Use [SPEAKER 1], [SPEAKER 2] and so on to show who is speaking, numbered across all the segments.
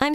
[SPEAKER 1] I'm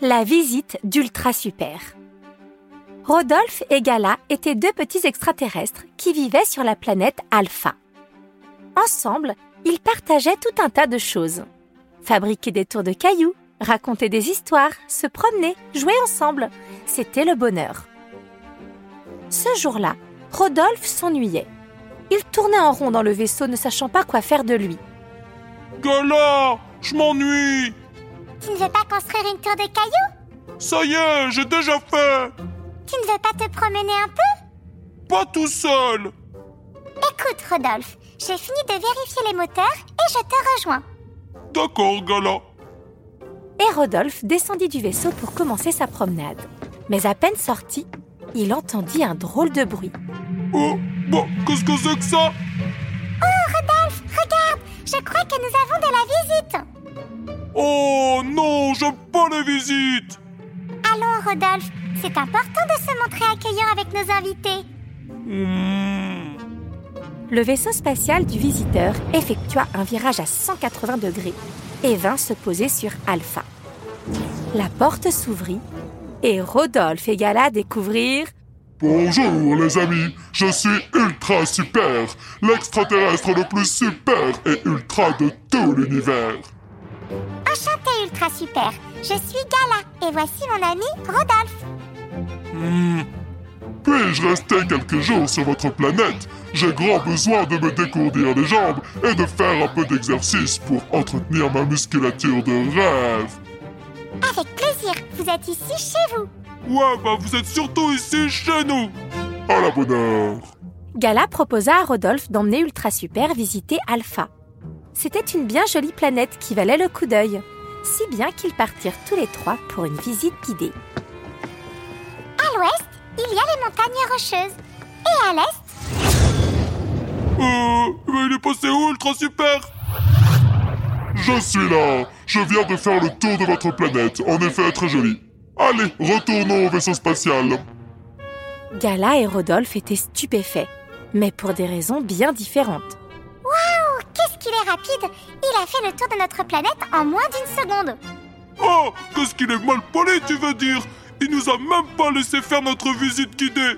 [SPEAKER 2] La visite d'Ultra Super. Rodolphe et Gala étaient deux petits extraterrestres qui vivaient sur la planète Alpha. Ensemble, ils partageaient tout un tas de choses. Fabriquer des tours de cailloux, raconter des histoires, se promener, jouer ensemble, c'était le bonheur. Ce jour-là, Rodolphe s'ennuyait. Il tournait en rond dans le vaisseau ne sachant pas quoi faire de lui.
[SPEAKER 3] Gala, je m'ennuie.
[SPEAKER 4] Tu ne veux pas construire une tour de cailloux
[SPEAKER 3] Ça y est, j'ai déjà fait.
[SPEAKER 4] Tu ne veux pas te promener un peu
[SPEAKER 3] Pas tout seul.
[SPEAKER 4] Écoute, Rodolphe, j'ai fini de vérifier les moteurs et je te rejoins.
[SPEAKER 3] D'accord, Gala.
[SPEAKER 2] et Rodolphe descendit du vaisseau pour commencer sa promenade. Mais à peine sorti, il entendit un drôle de bruit.
[SPEAKER 3] Oh, bon, qu'est-ce que c'est que ça
[SPEAKER 4] Oh, Regarde, je crois que nous avons de la visite.
[SPEAKER 3] Oh non, j'aime pas les visites.
[SPEAKER 4] Allons, Rodolphe, c'est important de se montrer accueillant avec nos invités.
[SPEAKER 3] Hmm.
[SPEAKER 2] Le vaisseau spatial du visiteur effectua un virage à 180 degrés et vint se poser sur Alpha. La porte s'ouvrit et Rodolphe et Gala découvrirent
[SPEAKER 5] Bonjour les amis, je suis Ultra Super, l'extraterrestre le plus super et ultra de tout l'univers.
[SPEAKER 4] Enchantée, Ultra Super. Je suis Gala et voici mon ami Rodolphe.
[SPEAKER 5] Puis-je rester quelques jours sur votre planète J'ai grand besoin de me décourdir les jambes et de faire un peu d'exercice pour entretenir ma musculature de rêve.
[SPEAKER 4] Avec plaisir, vous êtes ici chez vous.
[SPEAKER 3] Ouais, bah vous êtes surtout ici chez nous.
[SPEAKER 5] À la bonne heure.
[SPEAKER 2] Gala proposa à Rodolphe d'emmener Ultra Super visiter Alpha. C'était une bien jolie planète qui valait le coup d'œil, si bien qu'ils partirent tous les trois pour une visite guidée.
[SPEAKER 4] À l'ouest, il y a les montagnes rocheuses. Et à l'est,
[SPEAKER 3] Euh, mais il est passé où, Ultra Super
[SPEAKER 5] Je suis là Je viens de faire le tour de votre planète, en effet très joli. Allez, retournons au vaisseau spatial.
[SPEAKER 2] Gala et Rodolphe étaient stupéfaits, mais pour des raisons bien différentes.
[SPEAKER 4] oh, qu'est-ce qu'il est rapide Il a fait le tour de notre planète en moins d'une seconde.
[SPEAKER 3] Oh, qu'est-ce qu'il est mal poli, tu veux dire Il nous a même pas laissé faire notre visite guidée.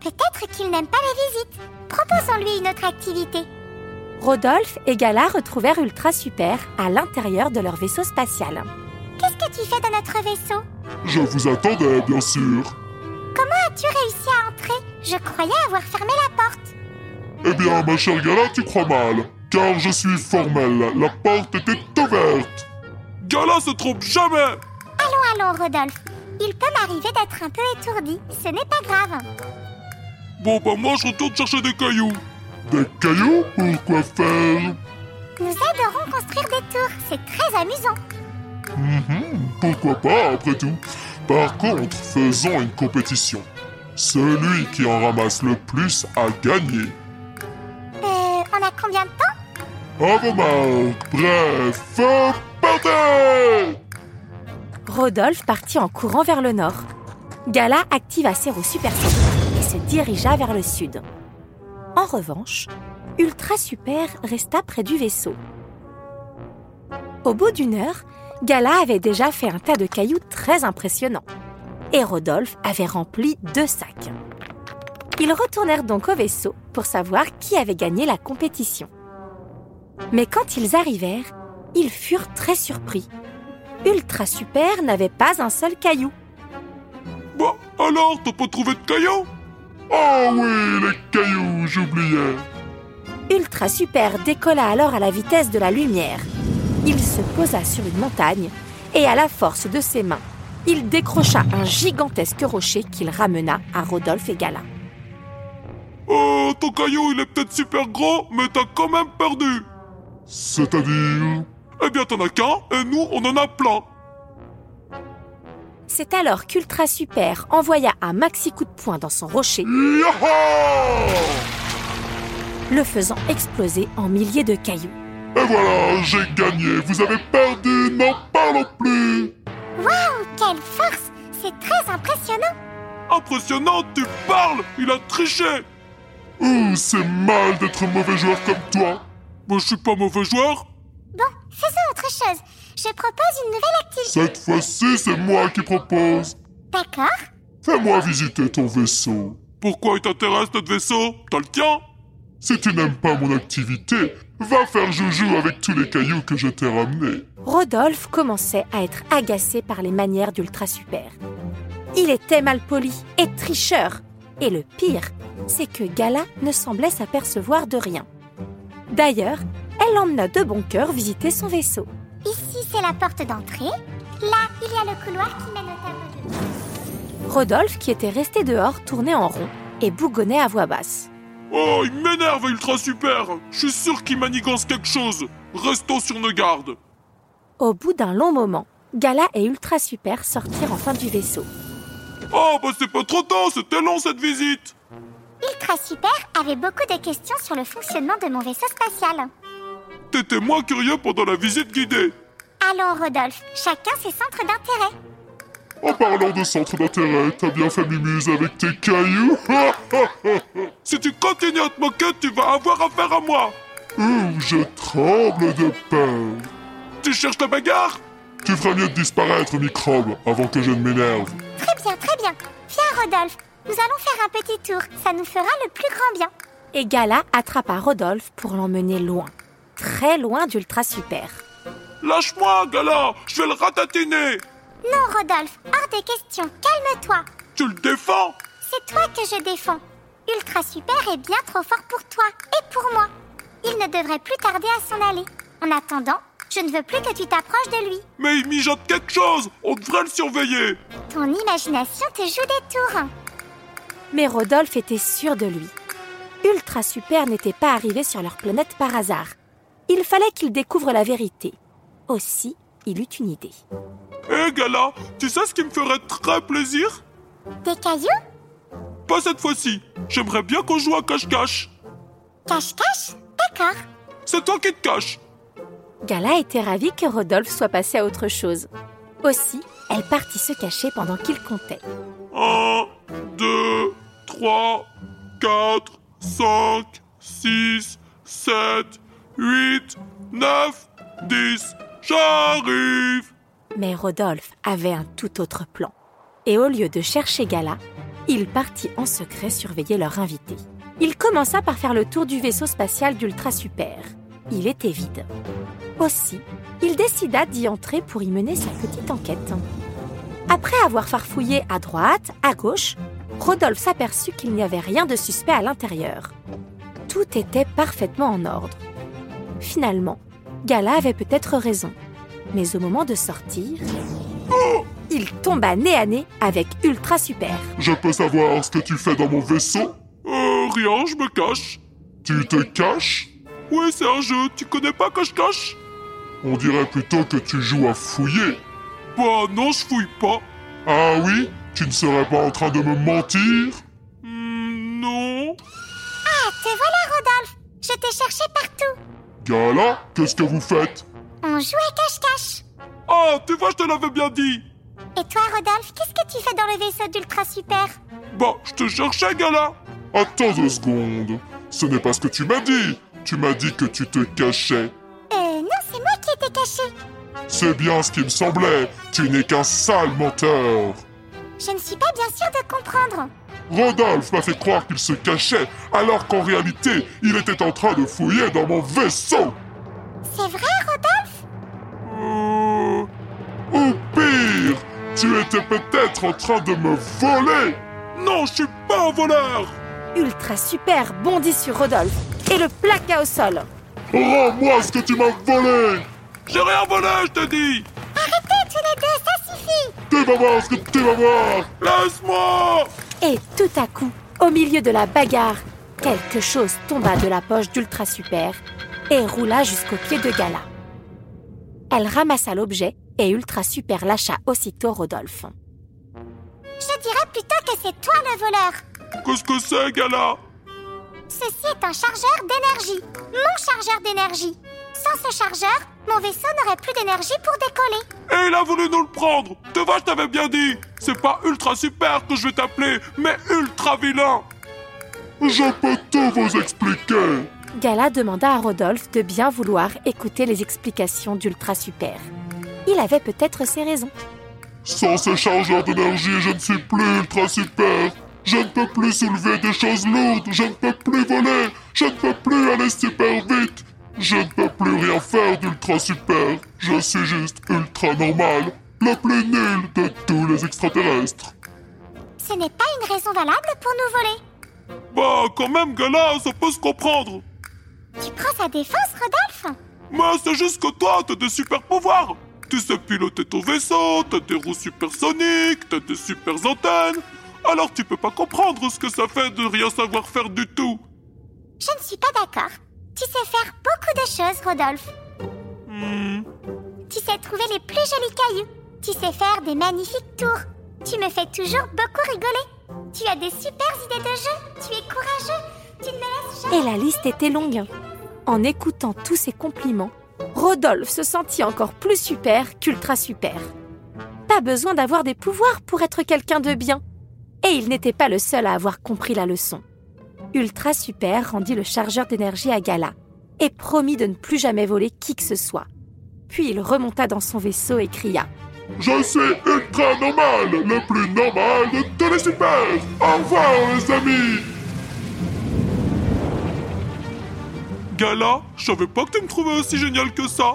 [SPEAKER 4] Peut-être qu'il n'aime pas les visites. Proposons-lui une autre activité.
[SPEAKER 2] Rodolphe et Gala retrouvèrent Ultra Super à l'intérieur de leur vaisseau spatial.
[SPEAKER 4] Qu'est-ce que tu fais dans notre vaisseau
[SPEAKER 5] Je vous attendais, bien sûr.
[SPEAKER 4] Comment as-tu réussi à entrer Je croyais avoir fermé la porte.
[SPEAKER 5] Eh bien, ma chère Gala, tu crois mal, car je suis formel, la porte était ouverte.
[SPEAKER 3] Gala se trompe jamais.
[SPEAKER 4] Allons, allons, Rodolphe. Il peut m'arriver d'être un peu étourdi. Ce n'est pas grave.
[SPEAKER 3] Bon, bah moi je retourne chercher des cailloux.
[SPEAKER 5] Des cailloux Pour quoi faire
[SPEAKER 4] Nous adorons construire des tours. C'est très amusant.
[SPEAKER 5] Mhm, Pourquoi pas, après tout Par contre, faisons une compétition. Celui qui en ramasse le plus a gagné.
[SPEAKER 4] Euh, on a combien de temps
[SPEAKER 5] À vos marques, bref, partez
[SPEAKER 2] Rodolphe partit en courant vers le nord. Gala activa ses roues supersoniques et se dirigea vers le sud. En revanche, Ultra Super resta près du vaisseau. Au bout d'une heure, Gala avait déjà fait un tas de cailloux très impressionnant. Et Rodolphe avait rempli deux sacs. Ils retournèrent donc au vaisseau pour savoir qui avait gagné la compétition. Mais quand ils arrivèrent, ils furent très surpris. Ultra Super n'avait pas un seul caillou.
[SPEAKER 3] Bah alors, t'as pas trouvé de cailloux
[SPEAKER 5] Oh oui, les cailloux, j'oubliais.
[SPEAKER 2] Ultra Super décolla alors à la vitesse de la lumière. Il se posa sur une montagne et à la force de ses mains, il décrocha un gigantesque rocher qu'il ramena à Rodolphe et Gala.
[SPEAKER 3] Euh, ton caillou, il est peut-être super gros, mais t'as quand même perdu.
[SPEAKER 5] C'est-à-dire
[SPEAKER 3] Eh bien, t'en as qu'un, et nous, on en a plein.
[SPEAKER 2] C'est alors qu'Ultra Super envoya un maxi coup de poing dans son rocher,
[SPEAKER 5] Yaha
[SPEAKER 2] le faisant exploser en milliers de cailloux.
[SPEAKER 5] Et voilà, j'ai gagné, vous avez perdu, n'en parlons plus
[SPEAKER 4] Waouh, quelle force C'est très impressionnant
[SPEAKER 3] Impressionnant, tu parles, il a triché.
[SPEAKER 5] Ouh, Hum, c'est mal d'être un mauvais joueur comme toi
[SPEAKER 3] Mais je suis pas mauvais joueur.
[SPEAKER 4] Bon, faisons autre chose. Je propose une nouvelle activité.
[SPEAKER 5] Cette fois-ci, c'est moi qui propose
[SPEAKER 4] D'accord
[SPEAKER 5] Fais-moi visiter ton vaisseau
[SPEAKER 3] Pourquoi il t'intéresse notre vaisseau T'as le tien
[SPEAKER 5] Si tu n'aimes pas mon activité, va faire joujou avec tous les cailloux que je t'ai ramenés
[SPEAKER 2] Rodolphe commençait à être agacé par les manières d'Ultra Super. Il était malpoli et tricheur. Et le pire, c'est que Gala ne semblait s'apercevoir de rien. D'ailleurs, elle l'emmena de bon cœur visiter son vaisseau.
[SPEAKER 4] Ici, c'est la porte d'entrée. Là, il y a le couloir qui mène au tableau de...
[SPEAKER 2] Rodolphe, qui était resté dehors, tournait en rond et bougonnait à voix basse.
[SPEAKER 3] Oh, il m'énerve, Ultra Super. Je suis sûr qu'il manigance quelque chose. Restons sur nos gardes.
[SPEAKER 2] Au bout d'un long moment, Gala et Ultra Super sortirent enfin du vaisseau.
[SPEAKER 3] Oh, bah c'est pas trop tard, c'était long cette visite.
[SPEAKER 4] Ultra Super avait beaucoup de questions sur le fonctionnement de mon vaisseau spatial.
[SPEAKER 3] T'étais moins curieux pendant la visite guidée.
[SPEAKER 4] Allons, Rodolphe, chacun ses centres d'intérêt.
[SPEAKER 5] En parlant de centre d'intérêt, t'as bien fait mumuse avec tes cailloux Ha, ha, ha.
[SPEAKER 3] Si tu continues à te moquer, tu vas avoir affaire à moi.
[SPEAKER 5] Ouh, je tremble de peur
[SPEAKER 3] Tu cherches la bagarre
[SPEAKER 5] Tu ferais mieux de disparaître, microbe, avant que je ne m'énerve
[SPEAKER 4] Très bien, très bien. Viens, Rodolphe. Nous allons faire un petit tour. Ça nous fera le plus grand bien.
[SPEAKER 2] Et Gala attrapa Rodolphe pour l'emmener loin, très loin d'Ultra Super.
[SPEAKER 3] Lâche-moi, gala, je vais le ratatiner.
[SPEAKER 4] Non, Rodolphe, hors de question. Calme-toi.
[SPEAKER 3] Tu le défends
[SPEAKER 4] C'est toi que je défends. Ultra Super est bien trop fort pour toi et pour moi. Il ne devrait plus tarder à s'en aller. En attendant, je ne veux plus que tu t'approches de lui.
[SPEAKER 3] Mais il mijote quelque chose, on devrait le surveiller.
[SPEAKER 4] Ton imagination te joue des tours.
[SPEAKER 2] Mais Rodolphe était sûr de lui. Ultra Super n'était pas arrivé sur leur planète par hasard. Il fallait qu'il découvre la vérité. Aussi, il eut une idée.
[SPEAKER 3] Hé, Eh, gala, tu sais ce qui me ferait très plaisir
[SPEAKER 4] Des cailloux
[SPEAKER 3] Pas cette fois-ci. J'aimerais bien qu'on joue à cache-cache.
[SPEAKER 4] Cache-cache D'accord.
[SPEAKER 3] C'est toi qui te caches.
[SPEAKER 2] Gala était ravie que Rodolphe soit passé à autre chose. Aussi, elle partit se cacher pendant qu'il comptait.
[SPEAKER 3] 1, 2, 3, 4, 5, 6, 7, 8, 9, 10. J'arrive
[SPEAKER 2] Mais Rodolphe avait un tout autre plan. Et au lieu de chercher Gala, il partit en secret surveiller leur invité. Il commença par faire le tour du vaisseau spatial d'Ultra Super. Il était vide. Aussi, il décida d'y entrer pour y mener sa petite enquête. Après avoir farfouillé à droite, à gauche, Rodolphe s'aperçut qu'il n'y avait rien de suspect à l'intérieur. Tout était parfaitement en ordre. Finalement, Gala avait peut-être raison. Mais au moment de sortir, il tomba nez à nez avec Ultra Super.
[SPEAKER 5] Je peux savoir ce que tu fais dans mon vaisseau
[SPEAKER 3] Euh, rien, je me cache.
[SPEAKER 5] Tu te caches
[SPEAKER 3] Oui, c'est un jeu, tu connais pas cache-cache
[SPEAKER 5] On dirait plutôt que tu joues à fouiller.
[SPEAKER 3] Bah non, je fouille pas.
[SPEAKER 5] Ah oui Tu ne serais pas en train de me mentir
[SPEAKER 3] Hmm, non.
[SPEAKER 4] Ah, te voilà, Rodolphe. Je t'ai cherché partout.
[SPEAKER 5] Gala, qu'est-ce que vous faites
[SPEAKER 4] On joue à cache-cache.
[SPEAKER 3] Ah, tu vois, je te l'avais bien dit.
[SPEAKER 4] Et toi, Rodolphe, qu'est-ce que tu fais dans le vaisseau d'Ultra Super
[SPEAKER 3] Bah, je te cherchais, gala.
[SPEAKER 5] Attends deux secondes. Ce n'est pas ce que tu m'as dit. Tu m'as dit que tu te cachais.
[SPEAKER 4] Euh, non, c'est moi qui étais cachée.
[SPEAKER 5] C'est bien ce qui me semblait. Tu n'es qu'un sale menteur.
[SPEAKER 4] Je ne suis pas bien sûre de comprendre.
[SPEAKER 5] Rodolphe m'a fait croire qu'il se cachait, alors qu'en réalité, il était en train de fouiller dans mon vaisseau.
[SPEAKER 4] C'est vrai, Rodolphe
[SPEAKER 3] Euh...
[SPEAKER 5] Ou pire, tu étais peut-être en train de me voler.
[SPEAKER 3] Non, je suis pas un voleur
[SPEAKER 2] Ultra Super bondit sur Rodolphe et le plaqua au sol.
[SPEAKER 5] Rends-moi ce que tu m'as volé
[SPEAKER 3] J'ai rien volé, je te dis
[SPEAKER 4] Arrêtez tous les deux, ça suffit
[SPEAKER 5] Tu vas voir ce que tu vas voir
[SPEAKER 3] Laisse-moi
[SPEAKER 2] Et tout à coup, au milieu de la bagarre, Quelque chose tomba de la poche d'Ultra Super et roula jusqu'au pied de Gala. Elle ramassa l'objet et Ultra Super lâcha aussitôt Rodolphe.
[SPEAKER 4] Je dirais plutôt que c'est toi le voleur.
[SPEAKER 3] Qu'est-ce que c'est, Gala
[SPEAKER 4] Ceci est un chargeur d'énergie. Mon chargeur d'énergie. Sans ce chargeur, mon vaisseau n'aurait plus d'énergie pour décoller.
[SPEAKER 3] Et il a voulu nous le prendre Devant, je t'avais bien dit C'est pas ultra super que je vais t'appeler, mais ultra vilain
[SPEAKER 5] Je peux tout vous expliquer.
[SPEAKER 2] Gala demanda à Rodolphe de bien vouloir écouter les explications d'Ultra Super. Il avait peut-être ses raisons.
[SPEAKER 5] Sans ce chargeur d'énergie, je ne suis plus ultra super. Je ne peux plus soulever des choses lourdes. Je ne peux plus voler. Je ne peux plus aller super vite. Je ne peux plus rien faire d'ultra super. Je suis juste ultra normal. Le plus nul de tous les extraterrestres.
[SPEAKER 4] Ce n'est pas une raison valable pour nous voler.
[SPEAKER 3] Bah, quand même, Gala, ça peut se comprendre
[SPEAKER 4] Tu prends sa défense, Rodolphe
[SPEAKER 3] Mais c'est juste que toi, t'as des super pouvoirs Tu sais piloter ton vaisseau, t'as des roues supersoniques, t'as des super antennes Alors tu peux pas comprendre ce que ça fait de rien savoir faire du tout
[SPEAKER 4] Je ne suis pas d'accord. Tu sais faire beaucoup de choses, Rodolphe. Tu sais trouver les plus jolis cailloux. Tu sais faire des magnifiques tours. Tu me fais toujours beaucoup rigoler. Tu as des super idées de jeu. Tu es courageux. Tu ne me laisses jamais.
[SPEAKER 2] Et la liste était longue. En écoutant tous ces compliments, Rodolphe se sentit encore plus super qu'ultra super. Pas besoin d'avoir des pouvoirs pour être quelqu'un de bien. Et il n'était pas le seul à avoir compris la leçon. Ultra Super rendit le chargeur d'énergie à Gala et promit de ne plus jamais voler qui que ce soit. Puis il remonta dans son vaisseau et cria
[SPEAKER 5] Je suis ultra normal. Le plus normal de tous les super. Au revoir, les amis.
[SPEAKER 3] Gala, je savais pas que tu me trouvais aussi génial que ça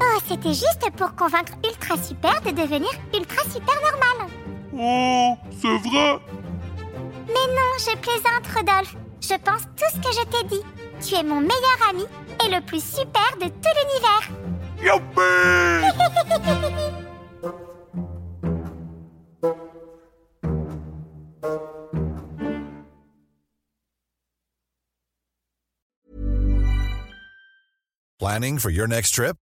[SPEAKER 4] Oh, c'était juste pour convaincre Ultra Super de devenir Ultra Super Normal.
[SPEAKER 3] Oh, c'est vrai
[SPEAKER 4] Mais non, je plaisante, Rodolphe. Je pense tout ce que je t'ai dit. Tu es mon meilleur ami et le plus super de tout l'univers.
[SPEAKER 3] Youpi
[SPEAKER 6] Planning for your next trip?